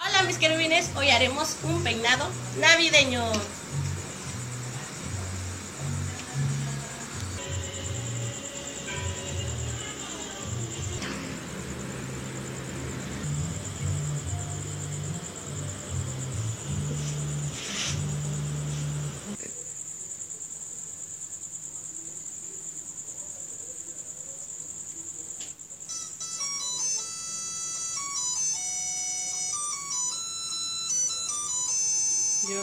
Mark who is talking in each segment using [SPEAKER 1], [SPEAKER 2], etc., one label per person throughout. [SPEAKER 1] Hola mis querubines, hoy haremos un peinado navideño. Yo.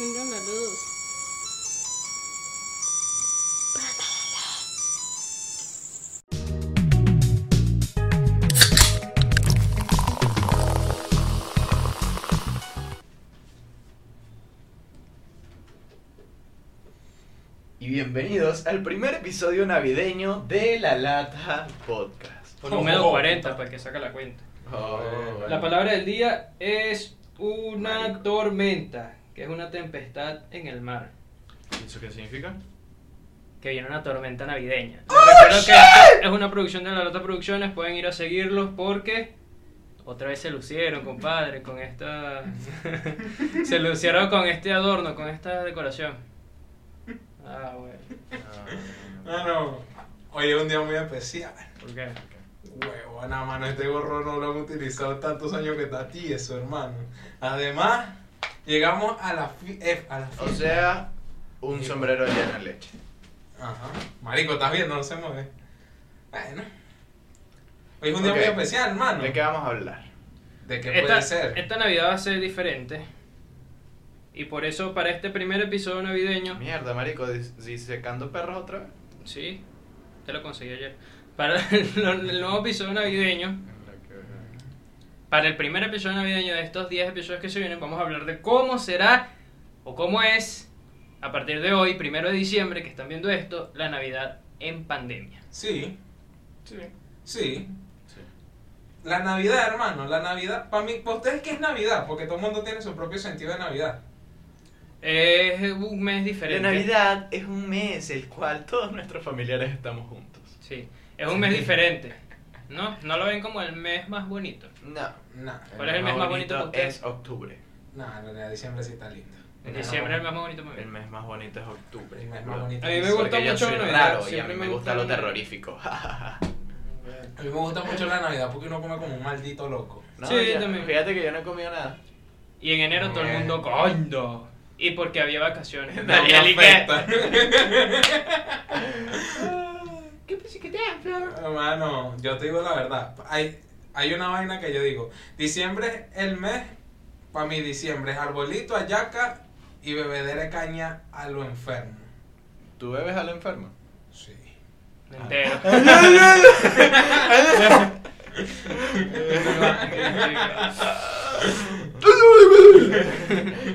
[SPEAKER 1] Mira la luz.
[SPEAKER 2] Y bienvenidos al primer episodio navideño de La Lata Podcast.
[SPEAKER 3] Bueno, me
[SPEAKER 4] Oh.
[SPEAKER 3] 40 para pues, que saca la cuenta.
[SPEAKER 2] Oh, bueno.
[SPEAKER 3] La palabra del día es una tormenta, que es una tempestad en el mar.
[SPEAKER 4] ¿Y ¿Eso qué significa?
[SPEAKER 3] Que viene una tormenta navideña. Les recuerdo que es una producción de la Lota Producciones, pueden ir a seguirlos porque otra vez se lucieron, compadre, con esta... se lucieron con este adorno, con esta decoración. Ah, bueno.
[SPEAKER 4] Ah,
[SPEAKER 5] No, no. Hoy es un día muy especial.
[SPEAKER 3] ¿Por qué?
[SPEAKER 5] Huevo, nada mano, este gorro no lo han utilizado tantos años que está tieso, hermano. Además, llegamos a la, fi- eh, a la
[SPEAKER 2] O
[SPEAKER 5] fi-
[SPEAKER 2] sea, un sombrero de llana leche.
[SPEAKER 5] Ajá. Marico, ¿estás viendo? No se mueve. Bueno. Hoy es un día
[SPEAKER 2] Ok.
[SPEAKER 5] muy especial, hermano.
[SPEAKER 2] ¿De qué vamos a hablar?
[SPEAKER 5] ¿De qué
[SPEAKER 3] esta,
[SPEAKER 5] puede ser?
[SPEAKER 3] esta Navidad va a ser diferente. Y por eso, para este primer episodio navideño,
[SPEAKER 2] Mierda, marico, dis- disecando perros otra vez.
[SPEAKER 3] Sí, te lo conseguí ayer. Para el, el nuevo episodio navideño, para el primer episodio navideño de estos 10 episodios que se vienen, vamos a hablar de cómo será o cómo es, a partir de hoy, primero de diciembre, que están viendo esto, la Navidad en pandemia.
[SPEAKER 5] Sí,
[SPEAKER 4] Sí.
[SPEAKER 5] sí.
[SPEAKER 4] Sí.
[SPEAKER 5] La Navidad, hermano, la Navidad, para mí, para ustedes, ¿qué es Navidad? Porque todo el mundo tiene su propio sentido de Navidad.
[SPEAKER 3] Es un mes
[SPEAKER 2] La
[SPEAKER 3] diferente.
[SPEAKER 2] Navidad es un mes el cual todos nuestros familiares estamos juntos.
[SPEAKER 3] Sí, es un mes diferente. ¿No? ¿No lo ven como el mes más bonito?
[SPEAKER 2] No.
[SPEAKER 5] Nah,
[SPEAKER 3] ¿Cuál es el mes más bonito para ustedes?
[SPEAKER 2] Es octubre.
[SPEAKER 5] nah, en realidad diciembre sí está lindo.
[SPEAKER 3] En
[SPEAKER 2] No.
[SPEAKER 3] diciembre es el mes más bonito para mí.
[SPEAKER 2] El mes más bonito es octubre.
[SPEAKER 5] El mes más bonito.
[SPEAKER 3] A mí me
[SPEAKER 2] Porque
[SPEAKER 3] gusta
[SPEAKER 2] yo
[SPEAKER 3] mucho
[SPEAKER 2] soy
[SPEAKER 3] la Navidad,
[SPEAKER 2] raro y a mí
[SPEAKER 3] siempre
[SPEAKER 2] me
[SPEAKER 3] me
[SPEAKER 2] gusta
[SPEAKER 3] gusta
[SPEAKER 2] lo
[SPEAKER 3] la-
[SPEAKER 2] terrorífico.
[SPEAKER 5] A mí me gusta mucho la Navidad porque uno come como un maldito loco.
[SPEAKER 2] No,
[SPEAKER 3] Sí,
[SPEAKER 2] ya,
[SPEAKER 3] también.
[SPEAKER 2] Fíjate que yo no he comido nada.
[SPEAKER 3] Y en enero todo el mundo, ¡coño! Y porque había vacaciones.
[SPEAKER 5] No me
[SPEAKER 3] Daniel, ¿y qué?
[SPEAKER 5] afecta.
[SPEAKER 3] ¿Qué pichiquetean, Flor?
[SPEAKER 5] Hermano, yo te digo la verdad. Hay, hay una vaina que yo digo. Diciembre es el mes, para mí diciembre es arbolito, ayaca y bebedera de caña a lo enfermo.
[SPEAKER 2] ¿Tú bebes a lo enfermo?
[SPEAKER 5] Sí.
[SPEAKER 3] Me entero.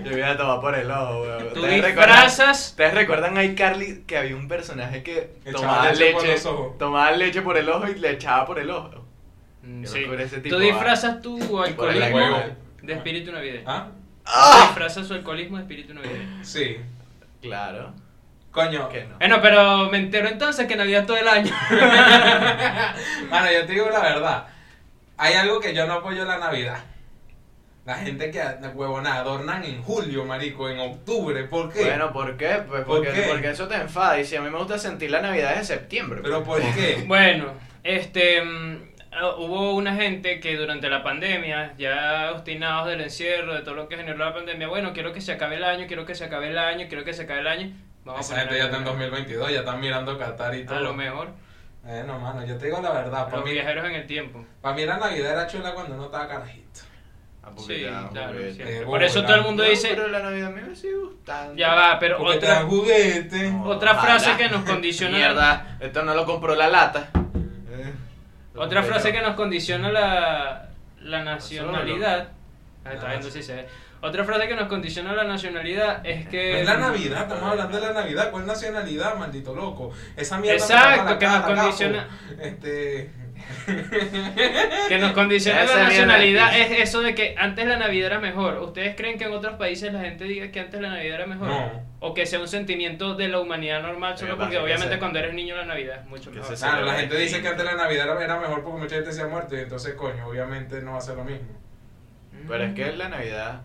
[SPEAKER 2] Yo hubiera tomado por el ojo, weón.
[SPEAKER 3] Tú
[SPEAKER 2] ¿Ustedes recuerdan,
[SPEAKER 3] disfrazas.
[SPEAKER 2] ¿Ustedes recuerdan a iCarly que había un personaje que
[SPEAKER 5] Echaba
[SPEAKER 2] tomaba
[SPEAKER 5] leche por
[SPEAKER 2] leche,
[SPEAKER 5] los ojos.
[SPEAKER 2] tomaba leche por el ojo y le echaba por el ojo?
[SPEAKER 3] Mm,
[SPEAKER 2] Yo
[SPEAKER 3] sí.
[SPEAKER 2] recuerdo ese tipo,
[SPEAKER 3] Tú disfrazas tu
[SPEAKER 2] Por el
[SPEAKER 3] alcoholismo
[SPEAKER 2] huevo.
[SPEAKER 5] huevo.
[SPEAKER 3] de espíritu navideño.
[SPEAKER 5] ¿Ah?
[SPEAKER 3] Tú disfrazas su alcoholismo de espíritu navideño.
[SPEAKER 5] Sí.
[SPEAKER 2] Claro.
[SPEAKER 5] Coño.
[SPEAKER 2] Que no.
[SPEAKER 3] Bueno, pero me entero entonces que Navidad todo el año.
[SPEAKER 5] Mano, yo te digo la verdad. Hay algo que yo no apoyo en la Navidad. La gente que huevona adornan en julio, marico, en octubre. ¿Por qué?
[SPEAKER 2] Bueno, ¿por qué? Pues
[SPEAKER 5] ¿Por
[SPEAKER 2] porque,
[SPEAKER 5] qué?
[SPEAKER 2] porque eso te enfada. Y si a mí me gusta sentir la Navidad de septiembre.
[SPEAKER 5] ¿Pero
[SPEAKER 2] pues.
[SPEAKER 5] por qué?
[SPEAKER 3] Bueno, este mm, ah, hubo una gente que durante la pandemia, ya obstinados del encierro, de todo lo que generó la pandemia, bueno, quiero que se acabe el año, quiero que se acabe el año, quiero que se acabe el año. Vamos
[SPEAKER 5] Esa
[SPEAKER 3] a
[SPEAKER 5] gente
[SPEAKER 3] poner
[SPEAKER 5] ya está en
[SPEAKER 3] Navidad.
[SPEAKER 5] 2022, ya están mirando Qatar y todo. Ah,
[SPEAKER 3] A lo mejor.
[SPEAKER 5] Bueno, mano, yo te digo la verdad. Para
[SPEAKER 3] Los
[SPEAKER 5] mí,
[SPEAKER 3] viajeros en el tiempo.
[SPEAKER 5] pa' mí la Navidad era chula cuando uno estaba carajito.
[SPEAKER 2] Ah,
[SPEAKER 5] Ah,
[SPEAKER 3] Sí, claro, siempre.
[SPEAKER 5] Eh,
[SPEAKER 3] Por eso
[SPEAKER 5] bola.
[SPEAKER 3] todo el mundo
[SPEAKER 2] Pero
[SPEAKER 3] dice,
[SPEAKER 2] la Navidad a mí me sigue gustando.
[SPEAKER 3] ya va, pero
[SPEAKER 5] Porque te dan
[SPEAKER 3] otra,
[SPEAKER 5] juguete.
[SPEAKER 3] otra frase
[SPEAKER 2] Ojalá.
[SPEAKER 3] que nos condiciona.
[SPEAKER 2] Mierda, esto no lo compró la lata. Eh, lo
[SPEAKER 3] Otra
[SPEAKER 2] compré
[SPEAKER 3] frase
[SPEAKER 2] yo.
[SPEAKER 3] que nos condiciona la, la nacionalidad. Ah, está
[SPEAKER 5] Ah,
[SPEAKER 3] viendo
[SPEAKER 5] sí.
[SPEAKER 3] si se ve. Otra frase que nos condiciona la nacionalidad es que.
[SPEAKER 5] Es la Navidad, estamos hablando de la Navidad. ¿Cuál nacionalidad, maldito loco? Esa mierda. me
[SPEAKER 3] Exacto,
[SPEAKER 5] tapa la
[SPEAKER 3] que nos
[SPEAKER 5] cara,
[SPEAKER 3] condiciona.
[SPEAKER 5] gafo. Este.
[SPEAKER 3] Que nos condiciona
[SPEAKER 2] Esa
[SPEAKER 3] la
[SPEAKER 2] mierda
[SPEAKER 3] nacionalidad
[SPEAKER 2] aquí.
[SPEAKER 3] es eso de que antes la Navidad era mejor. ¿Ustedes creen que en otros países la gente diga que antes la Navidad era mejor?
[SPEAKER 5] No.
[SPEAKER 3] O que sea un sentimiento de la humanidad normal, solo
[SPEAKER 2] Pero
[SPEAKER 3] porque
[SPEAKER 2] pasa que
[SPEAKER 3] obviamente
[SPEAKER 2] se-
[SPEAKER 3] cuando eres niño la Navidad es mucho
[SPEAKER 2] que
[SPEAKER 3] mejor.
[SPEAKER 2] se-
[SPEAKER 5] Claro, la gente dice que antes la Navidad era- era mejor porque mucha gente se ha muerto y entonces, coño, obviamente no va a ser lo mismo.
[SPEAKER 2] Pero es que la Navidad,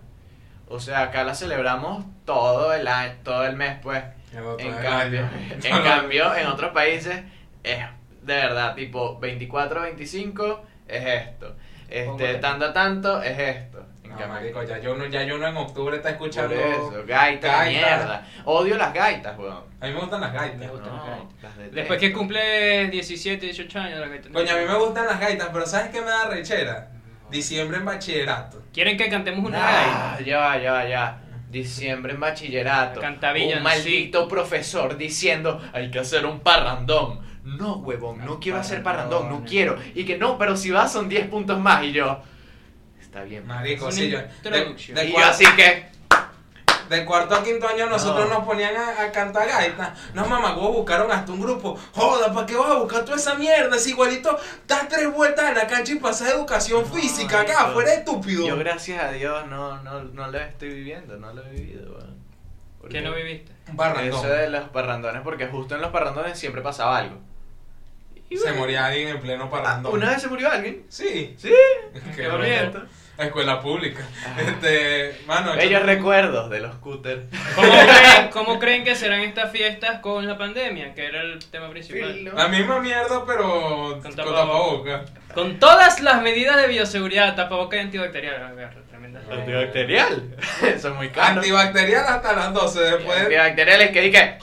[SPEAKER 2] o sea, acá la celebramos todo el año, todo el mes, pues. En cambio, en cambio, en otros países es de verdad, tipo 24, 25 es esto. Este,
[SPEAKER 3] Póngale.
[SPEAKER 2] tanto a tanto es esto. En
[SPEAKER 5] No,
[SPEAKER 2] cambio,
[SPEAKER 5] marico, ya yo, no, ya yo no en octubre está
[SPEAKER 2] por
[SPEAKER 5] escuchando.
[SPEAKER 2] eso, gaita,
[SPEAKER 5] gaita.
[SPEAKER 2] mierda. Odio las gaitas, weón.
[SPEAKER 5] A mí me gustan las
[SPEAKER 3] Me
[SPEAKER 5] gaitas.
[SPEAKER 3] gusta. gustan las gaitas.
[SPEAKER 2] las detesto.
[SPEAKER 3] Después que cumple 17, 18 años la gente-
[SPEAKER 5] Coño, a mí me gustan las gaitas, pero ¿sabes qué me da rechera? Diciembre en bachillerato.
[SPEAKER 3] ¿Quieren que cantemos una
[SPEAKER 2] Ah,
[SPEAKER 3] gaita?
[SPEAKER 2] ya va, ya va, ya. va. Diciembre en bachillerato.
[SPEAKER 3] Canta
[SPEAKER 2] un
[SPEAKER 3] villancico.
[SPEAKER 2] maldito profesor diciendo hay que hacer un parrandón. No, huevón, no quiero hacer parrandón, no
[SPEAKER 3] Parrandones.
[SPEAKER 2] quiero. Y que no, pero si vas son 10 puntos más. Y yo, está bien.
[SPEAKER 5] Marico,
[SPEAKER 3] Es
[SPEAKER 5] sí, yo.
[SPEAKER 3] una
[SPEAKER 5] De,
[SPEAKER 3] introducción.
[SPEAKER 5] de
[SPEAKER 2] y yo
[SPEAKER 5] cuarto,
[SPEAKER 2] así que,
[SPEAKER 5] de cuarto a quinto año nosotros
[SPEAKER 2] No.
[SPEAKER 5] nos ponían a, a cantar gaitas. No, mamá, vos buscaron hasta un grupo. Joda, ¿para qué vas a buscar toda esa mierda? Si igualito das tres vueltas en la cancha y pasas educación
[SPEAKER 2] No,
[SPEAKER 5] física acá,
[SPEAKER 2] marico.
[SPEAKER 5] fuera estúpido.
[SPEAKER 2] yo gracias a Dios no, no, no lo estoy viviendo, no lo he vivido. weón. Porque
[SPEAKER 3] Que no viviste.
[SPEAKER 5] Un barrandón.
[SPEAKER 2] Eso de los parrandones, porque justo en los parrandones siempre pasaba algo. Y
[SPEAKER 5] Se
[SPEAKER 2] bueno,
[SPEAKER 5] moría alguien en pleno
[SPEAKER 2] ah,
[SPEAKER 5] parrandón.
[SPEAKER 2] Una vez se murió alguien.
[SPEAKER 5] Sí.
[SPEAKER 2] Sí. Ah.
[SPEAKER 5] Qué
[SPEAKER 3] Qué
[SPEAKER 5] bonito.
[SPEAKER 3] bonito.
[SPEAKER 5] Escuela pública. Este, mano, yo-
[SPEAKER 2] Bellos recuerdos de los scooters.
[SPEAKER 3] ¿Cómo creen, cómo creen que serán estas fiestas con la pandemia? Que era el tema principal.
[SPEAKER 2] Sí, lo-
[SPEAKER 5] la misma mierda, pero con
[SPEAKER 3] tapabocas.
[SPEAKER 5] tapabocas.
[SPEAKER 3] Con todas las medidas de bioseguridad, tapabocas y antibacterial. agarra, Tremenda.
[SPEAKER 2] Antibacterial. Eso es muy caro.
[SPEAKER 5] Antibacterial hasta las 12. Después,
[SPEAKER 2] Antibacterial es que dije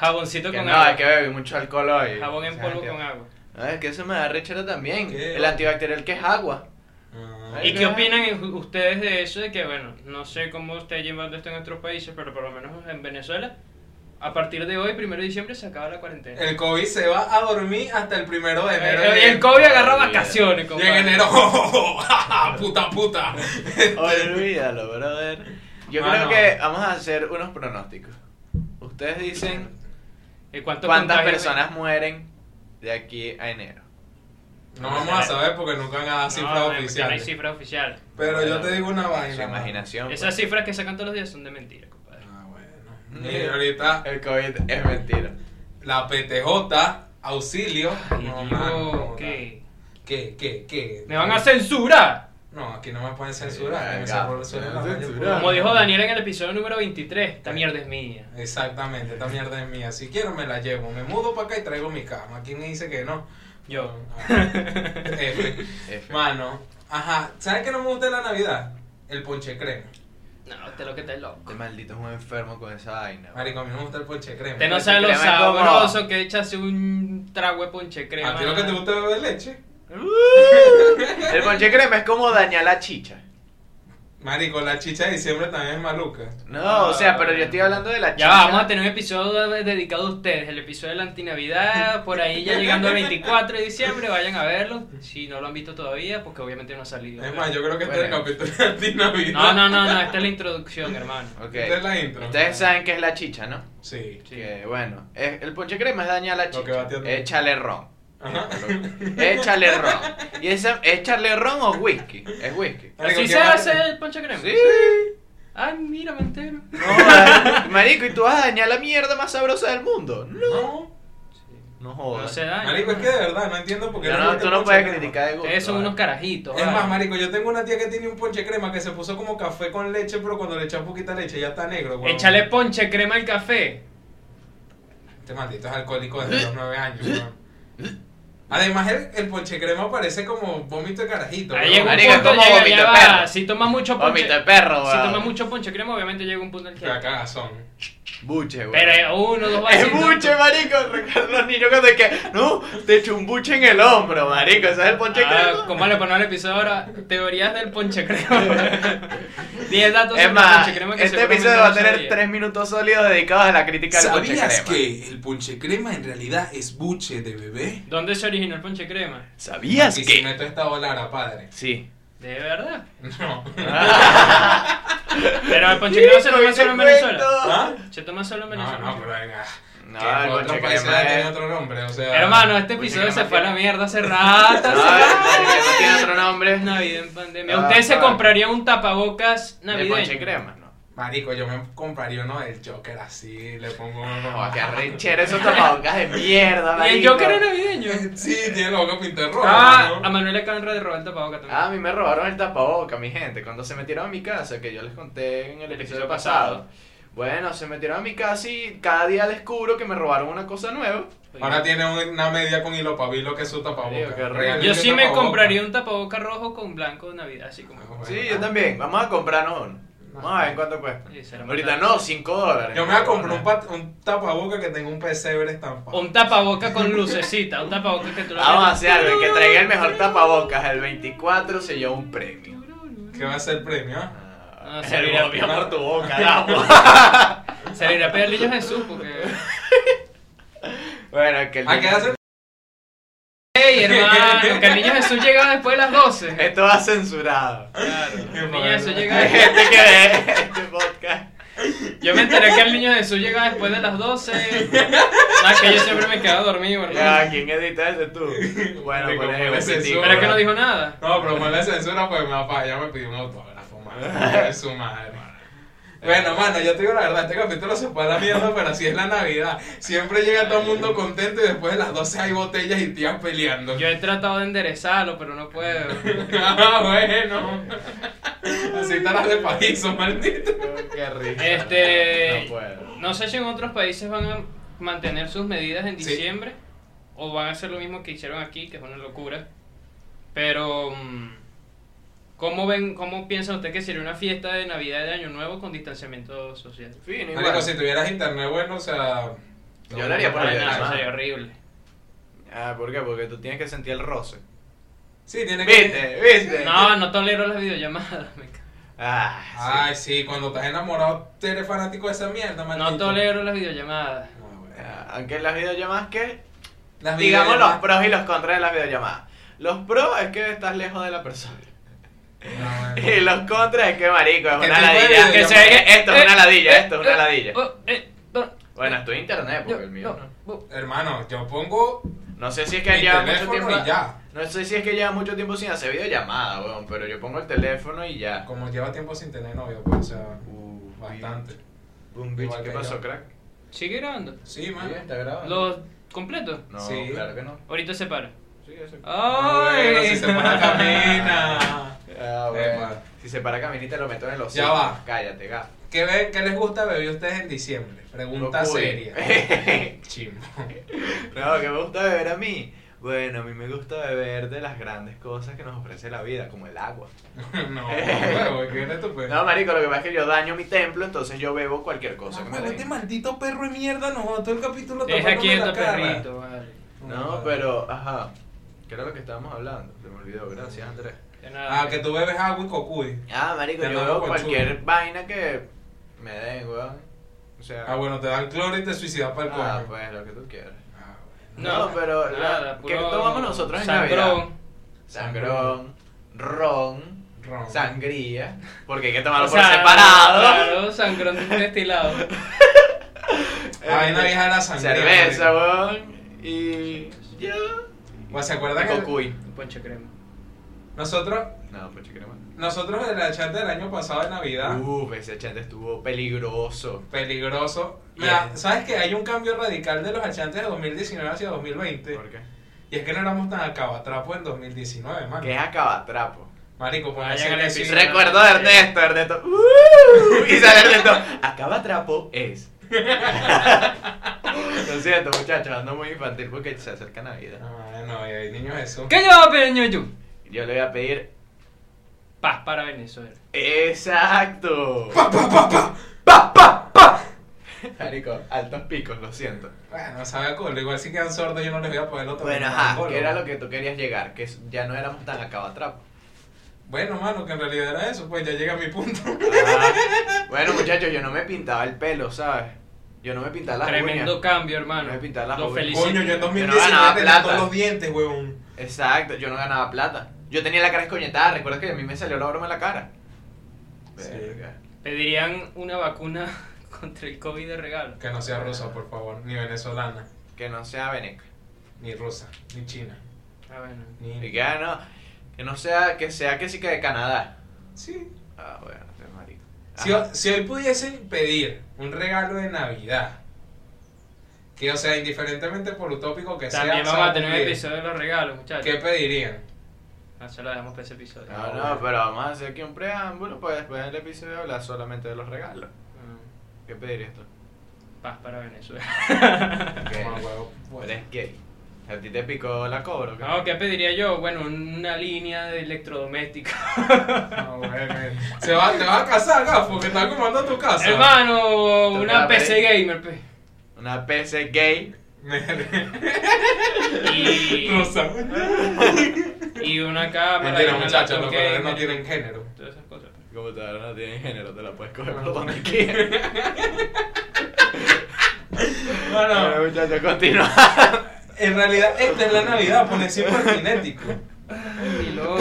[SPEAKER 3] Jaboncito
[SPEAKER 2] que
[SPEAKER 3] con
[SPEAKER 2] no,
[SPEAKER 3] agua.
[SPEAKER 2] es que bebí mucho alcohol hoy.
[SPEAKER 3] Jabón en
[SPEAKER 2] O sea,
[SPEAKER 3] polvo
[SPEAKER 2] anti-
[SPEAKER 3] con agua.
[SPEAKER 2] No, es que eso me da rechera también.
[SPEAKER 5] ¿Qué?
[SPEAKER 2] El antibacterial que es agua.
[SPEAKER 5] Ah,
[SPEAKER 3] ¿Y
[SPEAKER 2] Ay,
[SPEAKER 3] qué
[SPEAKER 2] no.
[SPEAKER 3] opinan en- ustedes de eso? De que, bueno, no sé cómo está llevando esto en otros países, pero por lo menos en Venezuela, a partir de hoy, primero de diciembre, se acaba la cuarentena.
[SPEAKER 5] el COVID se va a dormir hasta el primero de
[SPEAKER 3] Eh,
[SPEAKER 5] enero.
[SPEAKER 3] eh,
[SPEAKER 5] Y
[SPEAKER 3] El,
[SPEAKER 5] en-
[SPEAKER 3] COVID agarró
[SPEAKER 2] Olvídalo.
[SPEAKER 3] vacaciones,
[SPEAKER 5] Y en
[SPEAKER 3] compadre.
[SPEAKER 5] enero, puta puta.
[SPEAKER 2] Olvídalo, brother. Yo creo
[SPEAKER 5] Mano.
[SPEAKER 2] que vamos a hacer unos pronósticos. Ustedes dicen
[SPEAKER 3] ¿Y cuántos
[SPEAKER 2] cuántas
[SPEAKER 3] contagios-
[SPEAKER 2] personas mueren de aquí a enero.
[SPEAKER 5] No vamos a saber porque nunca van a dar
[SPEAKER 3] No, no,
[SPEAKER 5] cifras
[SPEAKER 3] porque No hay
[SPEAKER 5] oficiales.
[SPEAKER 3] cifra oficial.
[SPEAKER 5] Pero yo te digo una
[SPEAKER 2] Su
[SPEAKER 5] vaina. mano.
[SPEAKER 2] imaginación.
[SPEAKER 3] Esas
[SPEAKER 2] pues.
[SPEAKER 3] cifras que sacan todos los días son de mentira, compadre.
[SPEAKER 5] Ah, bueno. Y ahorita
[SPEAKER 2] El COVID es mentira.
[SPEAKER 5] la PTJ, auxilio.
[SPEAKER 3] Y digo,
[SPEAKER 5] No, mano,
[SPEAKER 3] ¿qué?
[SPEAKER 5] ¿Qué? ¿Qué? ¿Qué?
[SPEAKER 3] ¡Me van a censurar!
[SPEAKER 5] No, aquí no me pueden censurar.
[SPEAKER 2] Sí,
[SPEAKER 5] me
[SPEAKER 2] acá,
[SPEAKER 5] cerró- suena
[SPEAKER 2] me
[SPEAKER 5] la
[SPEAKER 2] van a
[SPEAKER 5] radio
[SPEAKER 2] censurar.
[SPEAKER 5] pública.
[SPEAKER 3] Como dijo Daniel en el episodio número 23, esta mierda es mía.
[SPEAKER 5] Exactamente, esta mierda es mía. Si quiero me la llevo. Me mudo para acá y traigo mi cama. ¿Quién me dice que no?
[SPEAKER 3] Yo.
[SPEAKER 5] Ah, F.
[SPEAKER 2] F.
[SPEAKER 5] Mano, ajá. ¿Sabes qué no me gusta de la Navidad? El ponche crema.
[SPEAKER 3] No, usted lo que está es loco.
[SPEAKER 2] Este maldito es un enfermo con esa vaina.
[SPEAKER 5] Marico, a mí no me gusta el ponche crema.
[SPEAKER 3] Usted no
[SPEAKER 2] Ponche
[SPEAKER 3] sabe lo
[SPEAKER 2] Pues, crema es como-
[SPEAKER 3] sabroso que echase un trago de ponche crema.
[SPEAKER 5] ¿A ti lo que te gusta es beber leche?
[SPEAKER 2] El ponche crema es como dañar la chicha.
[SPEAKER 5] Marico, la chicha de diciembre también es maluca.
[SPEAKER 2] No, o sea, pero yo estoy hablando de la
[SPEAKER 3] Ya
[SPEAKER 2] chicha.
[SPEAKER 3] va, vamos a tener un episodio dedicado a ustedes, el episodio de la antinavidad, por ahí ya llegando el 24 de diciembre, vayan a verlo, si no lo han visto todavía, porque obviamente no ha salido.
[SPEAKER 5] Es más, yo creo que este
[SPEAKER 2] Bueno.
[SPEAKER 5] es el capítulo de antinavidad.
[SPEAKER 3] No, no, no, no, esta es la introducción, hermano.
[SPEAKER 2] Ok.
[SPEAKER 5] Esta es la intro.
[SPEAKER 2] Ustedes saben qué es la chicha, ¿no?
[SPEAKER 5] Sí.
[SPEAKER 3] Sí.
[SPEAKER 2] Que bueno, es- el ponche crema es dañar la
[SPEAKER 5] Lo que va
[SPEAKER 2] chicha.
[SPEAKER 5] a tener.
[SPEAKER 2] Échale ron.
[SPEAKER 5] Ajá.
[SPEAKER 2] Échale ron. Y esa, échale ron o whisky. Es whisky.
[SPEAKER 5] Marico,
[SPEAKER 3] ¿Así
[SPEAKER 5] ¿qué
[SPEAKER 3] se
[SPEAKER 5] más?
[SPEAKER 3] hace el ponche crema?
[SPEAKER 2] Sí.
[SPEAKER 3] Ay, mira, me entero.
[SPEAKER 2] No, mar- marico, y tú vas a dañar la mierda más sabrosa del mundo. No,
[SPEAKER 5] No.
[SPEAKER 2] no
[SPEAKER 3] No
[SPEAKER 2] jodas.
[SPEAKER 3] se daña.
[SPEAKER 5] Marico, es que de verdad, no entiendo por qué
[SPEAKER 2] No,
[SPEAKER 5] les
[SPEAKER 2] no,
[SPEAKER 5] gusta
[SPEAKER 2] tú
[SPEAKER 5] el
[SPEAKER 2] no
[SPEAKER 5] ponche
[SPEAKER 2] puedes
[SPEAKER 5] crema.
[SPEAKER 2] criticar de gusto.
[SPEAKER 3] Ustedes son
[SPEAKER 2] vale.
[SPEAKER 3] unos carajitos.
[SPEAKER 5] Es
[SPEAKER 3] vale.
[SPEAKER 5] más, marico, yo tengo una tía que tiene un ponche crema que se puso como café con leche, pero cuando le echas poquita leche ya está negro, güey.
[SPEAKER 3] Échale ponche crema al café.
[SPEAKER 5] Este maldito es alcohólico desde los nueve años, weón. Además, el, el ponche crema parece como vómito de carajito,
[SPEAKER 3] Ahí
[SPEAKER 5] weón.
[SPEAKER 3] llega un
[SPEAKER 2] Marico,
[SPEAKER 3] punto,
[SPEAKER 2] ¿cómo
[SPEAKER 3] llega,
[SPEAKER 2] vomito
[SPEAKER 3] ya
[SPEAKER 2] de
[SPEAKER 3] va.
[SPEAKER 2] perro?
[SPEAKER 3] Si tomas mucho ponche,
[SPEAKER 2] Vomito de perro,
[SPEAKER 3] si
[SPEAKER 2] weón.
[SPEAKER 3] tomas mucho ponche crema, obviamente llega un punto en el que.
[SPEAKER 5] Qué cagazón.
[SPEAKER 2] Buche, weón.
[SPEAKER 3] Pero eh, uno, dos
[SPEAKER 2] Es
[SPEAKER 3] vasitos.
[SPEAKER 2] buche, marico. Recuerdo los niños cuando es que, no, te echo un buche en el hombro, marico. Ese es el ponche
[SPEAKER 3] Ah,
[SPEAKER 2] crema.
[SPEAKER 3] ¿Cómo le ponemos el episodio ahora? Teorías del ponche crema. 10 datos sobre
[SPEAKER 2] Es
[SPEAKER 3] el
[SPEAKER 2] más,
[SPEAKER 3] ponche crema que
[SPEAKER 2] este
[SPEAKER 3] seguramente
[SPEAKER 2] episodio va a
[SPEAKER 3] no
[SPEAKER 2] tener
[SPEAKER 3] sabía.
[SPEAKER 2] tres minutos sólidos dedicados a la crítica del ponche crema.
[SPEAKER 5] el ponche crema en realidad es buche de bebé?
[SPEAKER 3] ¿Dónde se originó el ponche crema?
[SPEAKER 2] ¿Sabías
[SPEAKER 5] Y si
[SPEAKER 2] que?
[SPEAKER 5] meto esta volara, padre.
[SPEAKER 2] Sí.
[SPEAKER 3] De verdad.
[SPEAKER 5] No.
[SPEAKER 2] Ah.
[SPEAKER 3] Pero el ponche crema se
[SPEAKER 2] Chico,
[SPEAKER 3] toma
[SPEAKER 2] ¿y
[SPEAKER 3] solo
[SPEAKER 2] te
[SPEAKER 3] en Venezuela.
[SPEAKER 2] cuento?
[SPEAKER 5] ¿Ah?
[SPEAKER 3] Se toma solo en
[SPEAKER 5] No,
[SPEAKER 3] Venezuela.
[SPEAKER 5] no, pero venga.
[SPEAKER 2] No,
[SPEAKER 5] que
[SPEAKER 2] el
[SPEAKER 5] en otros
[SPEAKER 2] ponche
[SPEAKER 5] países
[SPEAKER 2] crema
[SPEAKER 5] tiene
[SPEAKER 2] es-
[SPEAKER 5] otro nombre, o sea...
[SPEAKER 3] Hermano, este
[SPEAKER 2] Mucha
[SPEAKER 3] episodio se
[SPEAKER 2] crema
[SPEAKER 3] fue a
[SPEAKER 2] tiene.
[SPEAKER 3] la mierda hace rato.
[SPEAKER 2] No,
[SPEAKER 3] hace
[SPEAKER 2] el
[SPEAKER 3] rato.
[SPEAKER 2] ponche crema tiene otro nombre.
[SPEAKER 3] Es Navidad en pandemia.
[SPEAKER 2] Ah,
[SPEAKER 3] ¿Ustedes se
[SPEAKER 2] ah.
[SPEAKER 3] comprarían un tapabocas
[SPEAKER 2] ¿De
[SPEAKER 3] navideño?
[SPEAKER 2] ponche crema? No.
[SPEAKER 5] Marico, yo me compraría uno del Joker así, le pongo...
[SPEAKER 2] Oh, qué arrechera esos tapabocas de mierda,
[SPEAKER 3] ¿Y el
[SPEAKER 2] marico.
[SPEAKER 3] Joker es navideño?
[SPEAKER 5] Sí, tiene la boca pintada de rojo,
[SPEAKER 3] Ah,
[SPEAKER 5] ¿no?
[SPEAKER 3] a Manuel le acaban de robar el tapabocas también.
[SPEAKER 2] Ah, a mí me robaron el tapaboca, mi gente. Cuando se metieron a mi casa, que yo les conté en el,
[SPEAKER 3] El
[SPEAKER 2] episodio
[SPEAKER 3] episodio
[SPEAKER 2] pasado.
[SPEAKER 3] pasado.
[SPEAKER 2] Bueno, se metieron a mi casa y cada día descubro que me robaron una cosa nueva.
[SPEAKER 3] Pues,
[SPEAKER 5] Ahora tiene una media con hilo pabilo que es su tapabocas.
[SPEAKER 2] Marico, qué rico.
[SPEAKER 5] Regálenme
[SPEAKER 3] Yo
[SPEAKER 5] un
[SPEAKER 3] sí me
[SPEAKER 5] tapabocas.
[SPEAKER 3] compraría un tapabocas rojo con blanco de Navidad, así como.
[SPEAKER 5] Ah,
[SPEAKER 2] Sí,
[SPEAKER 5] bueno.
[SPEAKER 2] yo también. Vamos a comprarnos uno. Vamos a ver cuánto cuesta.
[SPEAKER 3] Sí, será
[SPEAKER 2] Ahorita
[SPEAKER 3] bastante.
[SPEAKER 2] no, 5 dólares.
[SPEAKER 5] Yo me voy a comprar un, pat- un tapabocas que tenga un pesebre estampado.
[SPEAKER 3] Un tapabocas con lucecita, un tapabocas que tú lo
[SPEAKER 2] Vamos a hacer algo. El que traiga el mejor tapabocas, el 24, se lleva un premio.
[SPEAKER 5] ¿Qué va a ser el premio? ah?
[SPEAKER 2] Ah,
[SPEAKER 3] se
[SPEAKER 2] el
[SPEAKER 3] mira,
[SPEAKER 2] bombio
[SPEAKER 5] mira.
[SPEAKER 2] por tu boca, damos.
[SPEAKER 3] Se le irá a pegar niño Jesús porque.
[SPEAKER 2] Bueno, que el
[SPEAKER 5] ¿A qué va a ser?
[SPEAKER 3] ¡Ey, hermano! Que el niño Jesús llegaba después de las 12.
[SPEAKER 2] Esto va censurado.
[SPEAKER 3] Claro, el niño
[SPEAKER 5] padre.
[SPEAKER 3] Jesús llegaba
[SPEAKER 2] Hay gente que ve este podcast.
[SPEAKER 3] Yo me enteré que el niño Jesús llegaba después de las 12. Nada, que yo siempre me quedaba dormido,
[SPEAKER 2] Ya,
[SPEAKER 3] hermano.
[SPEAKER 2] ¿quién edita ese tú? Bueno,
[SPEAKER 5] Digo,
[SPEAKER 2] pues
[SPEAKER 5] ponle
[SPEAKER 2] es un pitico.
[SPEAKER 5] censura.
[SPEAKER 3] Pero es que no dijo nada.
[SPEAKER 5] No, pero ponle censura pues mi papá ya me pidió un autógrafo, mano. Es su madre. Bueno, mano, yo te digo la verdad, este capítulo se fue a la mierda, pero así es la Navidad. Siempre llega todo el mundo contento y después de las 12 hay botellas y tías peleando.
[SPEAKER 3] Yo he tratado de enderezarlo, pero no puedo.
[SPEAKER 5] ah, bueno. Así estarás de paraíso, maldito.
[SPEAKER 2] Qué rico.
[SPEAKER 3] Este-
[SPEAKER 2] No puedo.
[SPEAKER 3] No sé si en otros países van a mantener sus medidas en
[SPEAKER 5] Sí.
[SPEAKER 3] diciembre o van a hacer lo mismo que hicieron aquí, que es una locura. Pero mm, ¿cómo ven, cómo piensan ustedes que sería una fiesta de Navidad y de Año Nuevo con distanciamiento social?
[SPEAKER 2] Fino, igual.
[SPEAKER 5] Marico, si tuvieras internet bueno, o sea...
[SPEAKER 2] Yo lo haría por
[SPEAKER 3] Ay,
[SPEAKER 2] ayudar
[SPEAKER 3] no,
[SPEAKER 2] a la
[SPEAKER 3] eso
[SPEAKER 2] madre.
[SPEAKER 3] sería horrible.
[SPEAKER 2] Ah, ¿por qué? Porque tú tienes que sentir el roce.
[SPEAKER 5] Sí, tiene que...
[SPEAKER 2] ¿Viste? ¿Viste?
[SPEAKER 3] No, no tolero las videollamadas. me ca-
[SPEAKER 2] Ah,
[SPEAKER 5] Ay, sí, cuando estás enamorado, tú eres fanático de esa mierda, maldito.
[SPEAKER 3] No tolero las videollamadas.
[SPEAKER 5] No,
[SPEAKER 2] sí.
[SPEAKER 5] bueno.
[SPEAKER 2] Ah, Aunque en las videollamadas, ¿qué?
[SPEAKER 5] Las
[SPEAKER 2] Digamos los
[SPEAKER 5] videollamadas-
[SPEAKER 2] pros y los contras de las videollamadas. Los pros es que estás lejos de la persona.
[SPEAKER 5] No, bueno.
[SPEAKER 2] Y los contras es que, marico, es una
[SPEAKER 5] ¿Qué tipo de
[SPEAKER 2] ladilla.
[SPEAKER 5] videollamada?
[SPEAKER 2] Que se oye, Esto es
[SPEAKER 3] Eh,
[SPEAKER 2] una ladilla,
[SPEAKER 3] eh,
[SPEAKER 2] esto es una
[SPEAKER 3] eh,
[SPEAKER 2] ladilla.
[SPEAKER 3] oh, eh, no,
[SPEAKER 2] Bueno, esto es internet, porque
[SPEAKER 3] yo-
[SPEAKER 2] el mío
[SPEAKER 3] no,
[SPEAKER 2] no.
[SPEAKER 3] bu-
[SPEAKER 5] Hermano, yo pongo
[SPEAKER 2] No sé si es que
[SPEAKER 5] mi
[SPEAKER 2] lleva mucho
[SPEAKER 5] teléfono
[SPEAKER 2] tiempo.
[SPEAKER 5] y ya.
[SPEAKER 2] No sé si es que lleva mucho tiempo sin hacer videollamada, weón, pero yo pongo el teléfono y ya.
[SPEAKER 5] Como lleva tiempo sin tener novio, pues, o sea,
[SPEAKER 2] Uh,
[SPEAKER 5] bastante.
[SPEAKER 2] Boom, bitch.
[SPEAKER 5] Igual
[SPEAKER 2] ¿Qué
[SPEAKER 5] que
[SPEAKER 2] pasó,
[SPEAKER 5] yo.
[SPEAKER 2] crack?
[SPEAKER 3] Sigue grabando.
[SPEAKER 5] Sí, man.
[SPEAKER 2] grabando?
[SPEAKER 3] Los completos.
[SPEAKER 2] No,
[SPEAKER 5] Sí.
[SPEAKER 2] claro que no.
[SPEAKER 3] Ahorita se para.
[SPEAKER 2] Sí, eso.
[SPEAKER 3] Ah. ¡Ay!
[SPEAKER 5] Bueno, si se para camina.
[SPEAKER 2] Ah, bueno.
[SPEAKER 5] Epa.
[SPEAKER 2] Si se para caminita lo meto en los
[SPEAKER 5] Eh, Ya va.
[SPEAKER 2] Cállate, ga.
[SPEAKER 5] ¿Qué, ven, ¿Qué les gusta beber ustedes en diciembre? Pregunta
[SPEAKER 2] Lo cuy.
[SPEAKER 5] seria. Chimbo.
[SPEAKER 2] no, que me gusta beber a mí. Bueno, a mí me gusta beber de las grandes cosas que nos ofrece la vida, como el agua.
[SPEAKER 5] no, huevo, ¿qué eres tú, pues?
[SPEAKER 2] No, marico, lo que pasa es que yo daño mi templo, entonces yo bebo cualquier cosa
[SPEAKER 5] Ah,
[SPEAKER 2] que me
[SPEAKER 5] bueno, este
[SPEAKER 2] den.
[SPEAKER 5] maldito perro de mierda nos botó el capítulo
[SPEAKER 3] Deja
[SPEAKER 5] tapándome la
[SPEAKER 3] quieto,
[SPEAKER 5] cara.
[SPEAKER 3] perrito. Vale.
[SPEAKER 2] No, pero, ajá. ¿Qué era lo que estábamos hablando? Se me olvidó, gracias, Andrés.
[SPEAKER 3] De nada.
[SPEAKER 5] Ah, que tú bebes agua y cocuy.
[SPEAKER 2] Ah, marico,
[SPEAKER 5] Te
[SPEAKER 2] yo
[SPEAKER 5] mando
[SPEAKER 2] veo
[SPEAKER 5] con
[SPEAKER 2] cualquier vaina que me den, weón. O sea,
[SPEAKER 5] Ah, bueno, te dan cloro y te suicidas para el
[SPEAKER 2] ah,
[SPEAKER 5] coño.
[SPEAKER 2] pues lo que tú quieras.
[SPEAKER 5] Ah, bueno.
[SPEAKER 2] No, pero la- ¿qué
[SPEAKER 3] puro
[SPEAKER 2] tomamos nosotros en
[SPEAKER 3] sangrón.
[SPEAKER 2] Navidad? Sangrón, ron,
[SPEAKER 5] Ron.
[SPEAKER 2] sangría, porque hay que tomarlo
[SPEAKER 3] O
[SPEAKER 2] por
[SPEAKER 3] sea,
[SPEAKER 2] separado.
[SPEAKER 3] Claro, sangrón destilado.
[SPEAKER 5] Ah, una vieja de la sangría.
[SPEAKER 2] Cerveza,
[SPEAKER 5] marico.
[SPEAKER 2] weón. Y. Ya.
[SPEAKER 5] Bueno, Pues, ¿Se
[SPEAKER 2] Y
[SPEAKER 5] acuerdan que
[SPEAKER 2] Cocuy.
[SPEAKER 3] Ponche crema.
[SPEAKER 5] nosotros,
[SPEAKER 2] No, pues crema.
[SPEAKER 5] nosotros en la chat del año pasado de Navidad,
[SPEAKER 2] Uf, ese chante estuvo peligroso.
[SPEAKER 5] peligroso.
[SPEAKER 2] Yeah.
[SPEAKER 5] Mira, ¿sabes que Hay un cambio radical de los achantes de 2019 hacia 2020.
[SPEAKER 2] ¿Por qué?
[SPEAKER 5] Y es que no éramos tan acabatrapo en 2019, mano.
[SPEAKER 2] Que es acabatrapo.
[SPEAKER 5] Marico, pues,
[SPEAKER 2] Ah,
[SPEAKER 3] Vayan
[SPEAKER 5] ponerse
[SPEAKER 3] al
[SPEAKER 5] agresivo.
[SPEAKER 3] episodio.
[SPEAKER 2] Recuerdo a Ernesto, Ernesto. ¡uh! y sale Ernesto. Acaba trapo es. Lo siento, muchachos, ando muy infantil porque se acerca Navidad.
[SPEAKER 5] Ah, no, y ahí, niño Jesús.
[SPEAKER 3] ¿Qué lleva pequeño yo?
[SPEAKER 2] Yo le voy a pedir.
[SPEAKER 3] Paz para Venezuela.
[SPEAKER 2] ¡Exacto!
[SPEAKER 5] Pa, pa, pa, pa.
[SPEAKER 2] ¡Pa, pa, pa! Marico, altos picos, lo siento.
[SPEAKER 5] Bueno, sabe a culo. Igual si quedan sordos, yo no les voy a poder otro.
[SPEAKER 2] Bueno, ajá, Ah, que era lo que tú querías llegar, que ya no éramos tan acabatrapo.
[SPEAKER 5] Bueno, mano, que en realidad era eso, pues ya llega mi punto.
[SPEAKER 2] Ah, bueno, muchachos, yo no me pintaba el pelo, ¿sabes? Yo no me pintaba las
[SPEAKER 3] Tremendo
[SPEAKER 2] uñas.
[SPEAKER 3] cambio, hermano.
[SPEAKER 2] Me pintar las
[SPEAKER 3] Lo
[SPEAKER 2] uñas.
[SPEAKER 3] felicito.
[SPEAKER 5] Coño, yo en
[SPEAKER 2] Pero
[SPEAKER 5] 2019
[SPEAKER 2] ganaba
[SPEAKER 5] tenía todos
[SPEAKER 2] plata.
[SPEAKER 5] los dientes, huevón.
[SPEAKER 2] Exacto, yo no ganaba plata. Yo tenía la cara escoñetada, recuerda que a mí me salió la broma en la cara.
[SPEAKER 5] Sí.
[SPEAKER 2] Verga.
[SPEAKER 3] Pedirían una vacuna contra el COVID de regalo.
[SPEAKER 5] Que no sea rusa, por favor, ni venezolana,
[SPEAKER 2] Que no sea Beneco.
[SPEAKER 5] ni rusa, ni china,
[SPEAKER 3] Ah, bueno.
[SPEAKER 5] ni
[SPEAKER 2] Y que, ah, no, que no sea, que sea que sí que de Canadá.
[SPEAKER 5] Sí.
[SPEAKER 2] Ah, bueno, te marico.
[SPEAKER 5] Si,
[SPEAKER 2] Ajá.
[SPEAKER 5] si hoy pudiesen pedir un regalo de Navidad, que o sea, indiferentemente por utópico que
[SPEAKER 3] También
[SPEAKER 5] sea,
[SPEAKER 3] vamos a
[SPEAKER 5] ¿sabes?
[SPEAKER 3] tener un episodio de los regalos, muchachos.
[SPEAKER 5] ¿qué pedirían?
[SPEAKER 3] No, se lo dejamos para ese episodio.
[SPEAKER 2] No, Ah, no, pero vamos a hacer aquí un preámbulo para después del episodio hablar solamente de los regalos.
[SPEAKER 3] Mm,
[SPEAKER 2] ¿Qué pedirías tú?
[SPEAKER 3] Paz para Venezuela.
[SPEAKER 5] Como huevo.
[SPEAKER 2] Tú eres gay. ¿A ti te picó la cobra? o
[SPEAKER 5] Ah,
[SPEAKER 2] qué?
[SPEAKER 3] No, ¿qué pediría yo? Bueno, una línea de electrodomésticos.
[SPEAKER 5] No, bueno, eh, Se va, te vas a casar, gafo, que estás comando tu casa.
[SPEAKER 3] Hermano,
[SPEAKER 2] Tú
[SPEAKER 3] una
[SPEAKER 2] la pedí.
[SPEAKER 3] PC gamer, pe.
[SPEAKER 2] Una PC gay.
[SPEAKER 3] Y,
[SPEAKER 5] Rosa.
[SPEAKER 3] y una cámara. y
[SPEAKER 5] Mentira,
[SPEAKER 3] una
[SPEAKER 5] muchachos,
[SPEAKER 3] laptop
[SPEAKER 5] los colores
[SPEAKER 3] gamer,
[SPEAKER 5] no tienen género.
[SPEAKER 3] Todas esas cosas. pe.
[SPEAKER 2] Como todavía no tiene género, te la puedes coger por donde quieras.
[SPEAKER 5] Bueno,
[SPEAKER 2] Bueno, muchachos, continúa.
[SPEAKER 5] en realidad, esta es la Navidad, pone siempre cinético.
[SPEAKER 3] Y loco.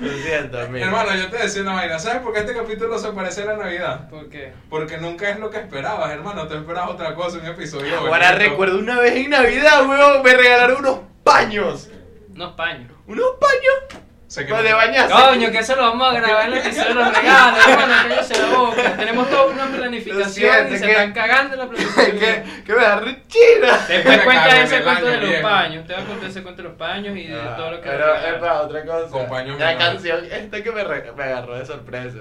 [SPEAKER 2] Lo siento, amigo.
[SPEAKER 5] Hermano, yo te decía una vaina, ¿sabes por qué este capítulo se parece a la Navidad?
[SPEAKER 3] ¿Por qué?
[SPEAKER 5] Porque nunca es lo que esperabas, hermano. Te esperabas otra cosa, un episodio.
[SPEAKER 2] Ahora
[SPEAKER 5] bonito.
[SPEAKER 2] recuerdo una vez en Navidad, weón, me regalaron unos paños.
[SPEAKER 3] Unos paños.
[SPEAKER 2] ¿Unos paños?
[SPEAKER 5] Sé que
[SPEAKER 2] Para de
[SPEAKER 5] no-
[SPEAKER 2] bañarse.
[SPEAKER 3] Coño, que eso lo vamos a grabar en el episodio de los regalos. Hermano, que se la boca. Tenemos toda una planificación
[SPEAKER 2] siento,
[SPEAKER 3] y se
[SPEAKER 2] que-
[SPEAKER 3] están cagando en la planificación.
[SPEAKER 2] que, que me da rechina.
[SPEAKER 3] Después
[SPEAKER 5] Me cago
[SPEAKER 3] cuenta
[SPEAKER 5] en
[SPEAKER 3] ese
[SPEAKER 5] el
[SPEAKER 3] cuento
[SPEAKER 5] año,
[SPEAKER 3] de los
[SPEAKER 5] viejo.
[SPEAKER 3] paños. Te va a contar ese cuento de los paños y de todo lo que.
[SPEAKER 2] Ah, pero es para otra cosa.
[SPEAKER 5] Compañero
[SPEAKER 2] la
[SPEAKER 5] mío.
[SPEAKER 2] canción esta que me, re- me agarró de sorpresa.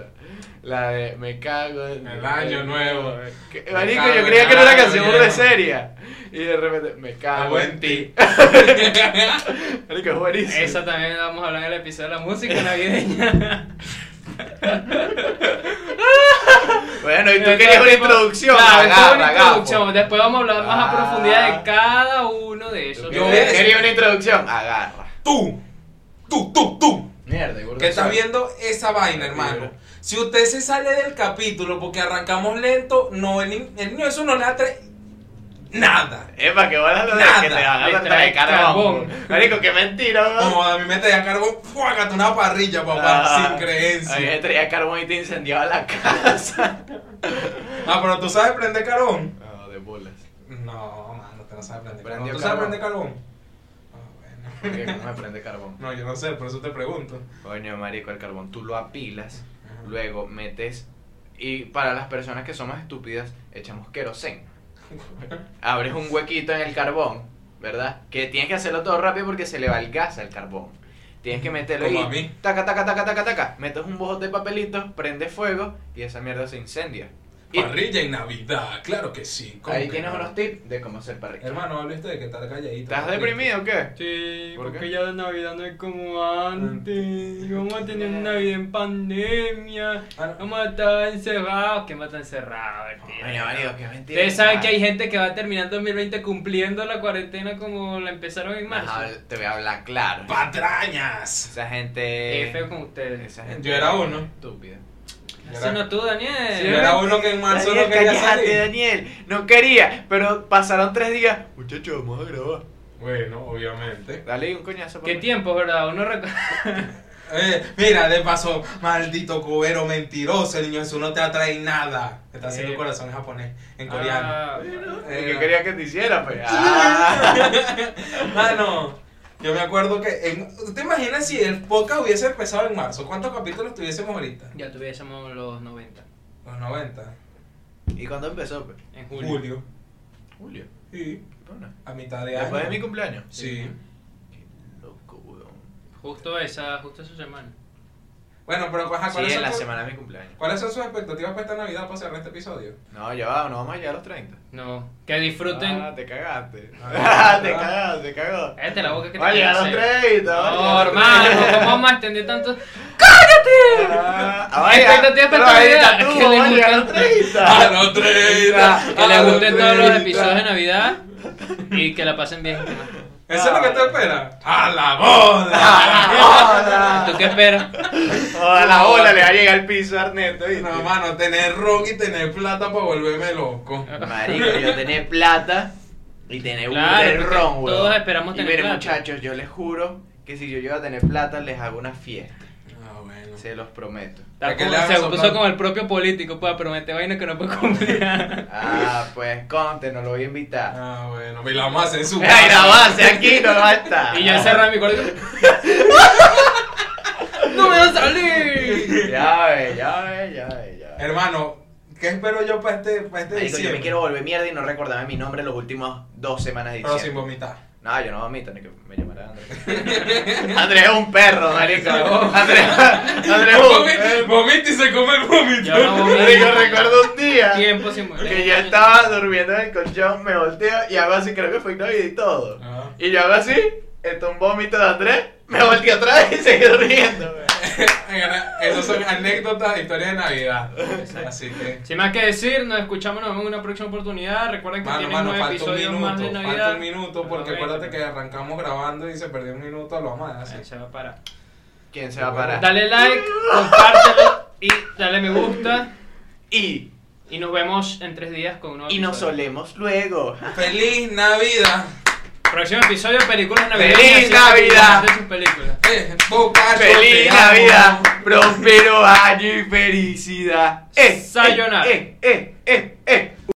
[SPEAKER 2] La de Me cago en
[SPEAKER 5] El año nuevo.
[SPEAKER 2] Que-
[SPEAKER 5] Me
[SPEAKER 2] Marico,
[SPEAKER 5] cago
[SPEAKER 2] yo
[SPEAKER 5] en
[SPEAKER 2] creía
[SPEAKER 5] el
[SPEAKER 2] que era una
[SPEAKER 5] año
[SPEAKER 2] canción burda
[SPEAKER 5] nuevo.
[SPEAKER 2] seria. Y de repente, me cago
[SPEAKER 5] Cago
[SPEAKER 2] en
[SPEAKER 5] en
[SPEAKER 2] ti. Marico, es buenísimo.
[SPEAKER 3] Esa también la vamos a hablar en el episodio de la música navideña.
[SPEAKER 2] Bueno, y tú
[SPEAKER 3] Entonces,
[SPEAKER 2] querías una
[SPEAKER 3] tipo,
[SPEAKER 2] introducción.
[SPEAKER 3] Claro, esto es
[SPEAKER 2] agarra,
[SPEAKER 3] una
[SPEAKER 2] agarra,
[SPEAKER 3] introducción.
[SPEAKER 2] po.
[SPEAKER 3] Después vamos a hablar más a
[SPEAKER 2] Ah.
[SPEAKER 3] profundidad de cada uno de
[SPEAKER 2] Tú
[SPEAKER 3] esos.
[SPEAKER 5] Yo-
[SPEAKER 2] querías- querías una introducción. Agarra.
[SPEAKER 5] Tú, tú, tú, tú.
[SPEAKER 2] Mierda, y burda
[SPEAKER 5] Que estás
[SPEAKER 2] soy.
[SPEAKER 5] viendo esa vaina,
[SPEAKER 2] eh.
[SPEAKER 5] hermano. Si usted se sale del capítulo porque arrancamos lento, no, el, ni- el niño eso no le atrae nada.
[SPEAKER 2] Epa, que bolas lo de
[SPEAKER 5] Nada.
[SPEAKER 2] que te van a
[SPEAKER 3] Le
[SPEAKER 2] cortar
[SPEAKER 3] trae
[SPEAKER 2] el carbón.
[SPEAKER 3] carbón.
[SPEAKER 2] Marico, qué mentira, weón.
[SPEAKER 5] Como a mí me traía cargo, ¡fuácate una parrilla, papá!
[SPEAKER 2] Ah,
[SPEAKER 5] sin
[SPEAKER 2] A mí me
[SPEAKER 5] creencia.
[SPEAKER 2] traía carbón y te incendiaba la casa.
[SPEAKER 5] Ah, pero tú sabes prender carbón.
[SPEAKER 2] No, de bolas.
[SPEAKER 5] No, mano, te no sabes prender
[SPEAKER 2] Prendió
[SPEAKER 5] carbón. ¿Tú sabes
[SPEAKER 2] carbón.
[SPEAKER 5] prender carbón? Ah, bueno.
[SPEAKER 2] Porque no me prende carbón.
[SPEAKER 5] No, yo no sé, por eso te pregunto.
[SPEAKER 2] Coño, marico, el carbón tú lo apilas, luego metes. Y para las personas que son más estúpidas, echamos queroseno. Abres un huequito en el carbón, ¿verdad? Que tienes que hacerlo todo rápido porque se le va el gas al carbón. Tienes que meterlo
[SPEAKER 5] Como
[SPEAKER 2] ahí.
[SPEAKER 5] a mí.
[SPEAKER 2] Taca, taca, taca, taca, taca. Metes un bojote de papelitos, prende fuego y esa mierda se incendia. Y
[SPEAKER 5] Parrilla en Navidad, claro que sí. ¿cómo
[SPEAKER 2] ahí
[SPEAKER 5] que
[SPEAKER 2] tienes
[SPEAKER 5] no?
[SPEAKER 2] unos tips de cómo hacer parrilla.
[SPEAKER 5] Hermano, hable usted que está calladito.
[SPEAKER 2] ¿Estás deprimido o qué?
[SPEAKER 3] Sí,
[SPEAKER 2] ¿Por
[SPEAKER 3] porque
[SPEAKER 2] qué? Ah.
[SPEAKER 3] ya la Navidad no es como antes. Vamos a tener una Navidad en pandemia.
[SPEAKER 5] Ah, no.
[SPEAKER 3] Vamos a estar encerrados. ¿Qué más está encerrado, el tío?
[SPEAKER 2] Coño, marico, qué mentira.
[SPEAKER 3] Ustedes saben que hay gente que va a terminar 2020 cumpliendo la cuarentena como la empezaron en marzo.
[SPEAKER 2] Ajá, Te voy a hablar claro.
[SPEAKER 5] ¡Patrañas!
[SPEAKER 2] Esa gente.
[SPEAKER 3] Qué feo con ustedes.
[SPEAKER 2] esa gente
[SPEAKER 5] Yo era uno.
[SPEAKER 2] Estúpida.
[SPEAKER 3] Eso no tú, Daniel.
[SPEAKER 5] Yo era uno que en marzo no
[SPEAKER 2] Daniel,
[SPEAKER 5] quería
[SPEAKER 2] cállate,
[SPEAKER 5] salir.
[SPEAKER 2] Daniel. No quería, pero pasaron tres días. Muchachos, vamos a grabar.
[SPEAKER 5] Bueno, obviamente.
[SPEAKER 2] Dale un coñazo.
[SPEAKER 3] Qué
[SPEAKER 2] papá.
[SPEAKER 3] tiempos, ¿verdad? Uno recuerda.
[SPEAKER 5] Eh, mira, de paso, maldito cubero mentiroso, el niño eso no te atrae nada. Está haciendo
[SPEAKER 3] Eh.
[SPEAKER 5] corazón en japonés, en coreano.
[SPEAKER 3] Ah,
[SPEAKER 2] ¿Y
[SPEAKER 5] Eh,
[SPEAKER 2] qué quería que te hiciera, pues? Ah.
[SPEAKER 5] Mano, yo me acuerdo que. En, ¿tú ¿Te imaginas si el podcast hubiese empezado en marzo? ¿Cuántos capítulos tuviésemos ahorita?
[SPEAKER 3] ya tuviésemos los 90
[SPEAKER 5] Los 90.
[SPEAKER 2] ¿Y cuándo empezó, pues?
[SPEAKER 3] en julio.
[SPEAKER 5] Julio.
[SPEAKER 2] Julio.
[SPEAKER 5] Sí.
[SPEAKER 2] Bueno,
[SPEAKER 5] A mitad de año.
[SPEAKER 2] Después de mi cumpleaños.
[SPEAKER 5] Sí.
[SPEAKER 2] Loco, weón.
[SPEAKER 3] Justo esa, justo esa semana.
[SPEAKER 5] Bueno, pero
[SPEAKER 3] Ah,
[SPEAKER 5] ajá, ¿cuáles,
[SPEAKER 2] Sí, en
[SPEAKER 5] son
[SPEAKER 2] la
[SPEAKER 5] tus-
[SPEAKER 2] semana de mi cumpleaños.
[SPEAKER 5] ¿cuáles son sus expectativas para esta Navidad para cerrar este episodio?
[SPEAKER 2] No, ya va, no vamos a llegar a los 30.
[SPEAKER 3] No, que disfruten.
[SPEAKER 2] Ah, te cagaste.
[SPEAKER 5] Ah,
[SPEAKER 2] te cagaste, te cagó.
[SPEAKER 3] Cállate la boca que te
[SPEAKER 2] Vaya,
[SPEAKER 3] quiero
[SPEAKER 2] a los
[SPEAKER 3] hacer.
[SPEAKER 2] 30.
[SPEAKER 3] No,
[SPEAKER 2] vaya,
[SPEAKER 3] hermano,
[SPEAKER 2] los
[SPEAKER 3] ¿cómo
[SPEAKER 2] 30.
[SPEAKER 3] vamos a extender tanto?
[SPEAKER 2] Ah, ah, vaya,
[SPEAKER 3] Expectativas
[SPEAKER 2] pero
[SPEAKER 3] para
[SPEAKER 2] ahí
[SPEAKER 3] Navidad,
[SPEAKER 2] está tú,
[SPEAKER 3] que le Ah,
[SPEAKER 2] vaya, a los 30.
[SPEAKER 3] gusta.
[SPEAKER 5] los
[SPEAKER 3] Que
[SPEAKER 2] Ah,
[SPEAKER 3] les gusten todos los
[SPEAKER 5] 30.
[SPEAKER 3] episodios de Navidad y que la pasen bien. ¿Tú
[SPEAKER 5] ¿Eso es lo que te espera? ¡A la boda!
[SPEAKER 2] Hola.
[SPEAKER 3] qué esperas?
[SPEAKER 2] Toda la ola le va a llegar al piso a Arneto. ¿viste?
[SPEAKER 5] No, mano, tener rock y tener plata para volverme loco.
[SPEAKER 2] Marico, yo tener plata y tener
[SPEAKER 3] Claro,
[SPEAKER 2] un
[SPEAKER 3] porque
[SPEAKER 2] ron, weón.
[SPEAKER 3] todos esperamos
[SPEAKER 2] Y
[SPEAKER 3] tener
[SPEAKER 2] miren,
[SPEAKER 3] plata.
[SPEAKER 2] muchachos, yo les juro que si yo llego a tener plata, les hago una fiesta.
[SPEAKER 5] Ah, bueno.
[SPEAKER 2] Se los prometo.
[SPEAKER 5] ¿Para qué
[SPEAKER 3] Como- se
[SPEAKER 5] le hablas
[SPEAKER 3] puso
[SPEAKER 5] soplando?
[SPEAKER 3] como el propio político, pues promete vainas que no puede cumplir.
[SPEAKER 2] Ah, pues Conte, no lo voy a invitar.
[SPEAKER 5] Ah, bueno, me la vamos a hacer en su
[SPEAKER 2] Ay, grabarse aquí no va a estar.
[SPEAKER 3] y yo encerrado en mi cuarto. ¡No me vas a salir!
[SPEAKER 2] Ya ve, ya ve, ya ve, ya ve.
[SPEAKER 5] Hermano, ¿qué espero yo para este, para
[SPEAKER 2] Marico,
[SPEAKER 5] este
[SPEAKER 2] yo
[SPEAKER 5] diciembre?
[SPEAKER 2] me quiero volver mierda y no recordarme mi nombre los últimos dos semanas de
[SPEAKER 5] Pero sin
[SPEAKER 2] diciembre.
[SPEAKER 5] vomitar.
[SPEAKER 2] No, yo no vomito, ni que me llamará Andrés. Andrés es un perro, marico. Andrés, Andrés es un
[SPEAKER 5] Vomi- Vomita y se come el vómito.
[SPEAKER 3] Yo no vomito.
[SPEAKER 2] Marico, recuerdo un día
[SPEAKER 3] Tiempo ¿eh? sin morir.
[SPEAKER 2] que yo estaba durmiendo en el colchón, me volteo y hago así, creo que fue Navidad y todo.
[SPEAKER 5] Ah.
[SPEAKER 2] Y yo hago así, esto es un vómito de Andrés, me volteo atrás y seguí durmiendo. güey.
[SPEAKER 5] Venga, Esas son anécdotas, historias de Navidad. Así que.
[SPEAKER 3] Sin más que decir, nos escuchamos, nos vemos en una próxima oportunidad. Recuerden que
[SPEAKER 5] Mano,
[SPEAKER 3] tienen
[SPEAKER 5] mano,
[SPEAKER 3] nueve
[SPEAKER 5] falta un
[SPEAKER 3] episodios más de
[SPEAKER 5] minuto,
[SPEAKER 3] Navidad.
[SPEAKER 5] falta un minuto, porque
[SPEAKER 3] Pero
[SPEAKER 5] acuérdate que
[SPEAKER 3] bueno,
[SPEAKER 5] arrancamos grabando y se perdió un minuto, lo vamos a
[SPEAKER 3] eh,
[SPEAKER 5] dejar así.
[SPEAKER 3] Se va a parar.
[SPEAKER 2] ¿Quién se va a parar?
[SPEAKER 3] Dale like, compártelo y dale me gusta.
[SPEAKER 2] Y,
[SPEAKER 3] Y nos vemos en tres días con un nuevo
[SPEAKER 2] y nos
[SPEAKER 3] episodio.
[SPEAKER 2] solemos luego.
[SPEAKER 5] ¡Feliz Navidad!
[SPEAKER 3] Próximo episodio, películas navideñas.
[SPEAKER 2] ¡Feliz
[SPEAKER 3] y
[SPEAKER 2] Navidad!
[SPEAKER 3] De sus películas.
[SPEAKER 5] Eh, Boca, yo te
[SPEAKER 2] ¡Feliz
[SPEAKER 5] amo.
[SPEAKER 2] Navidad! ¡Próspero año y felicidad! ¡Eh! eh,
[SPEAKER 3] Sayonara.
[SPEAKER 2] ¡Eh! ¡Eh! ¡Eh! eh.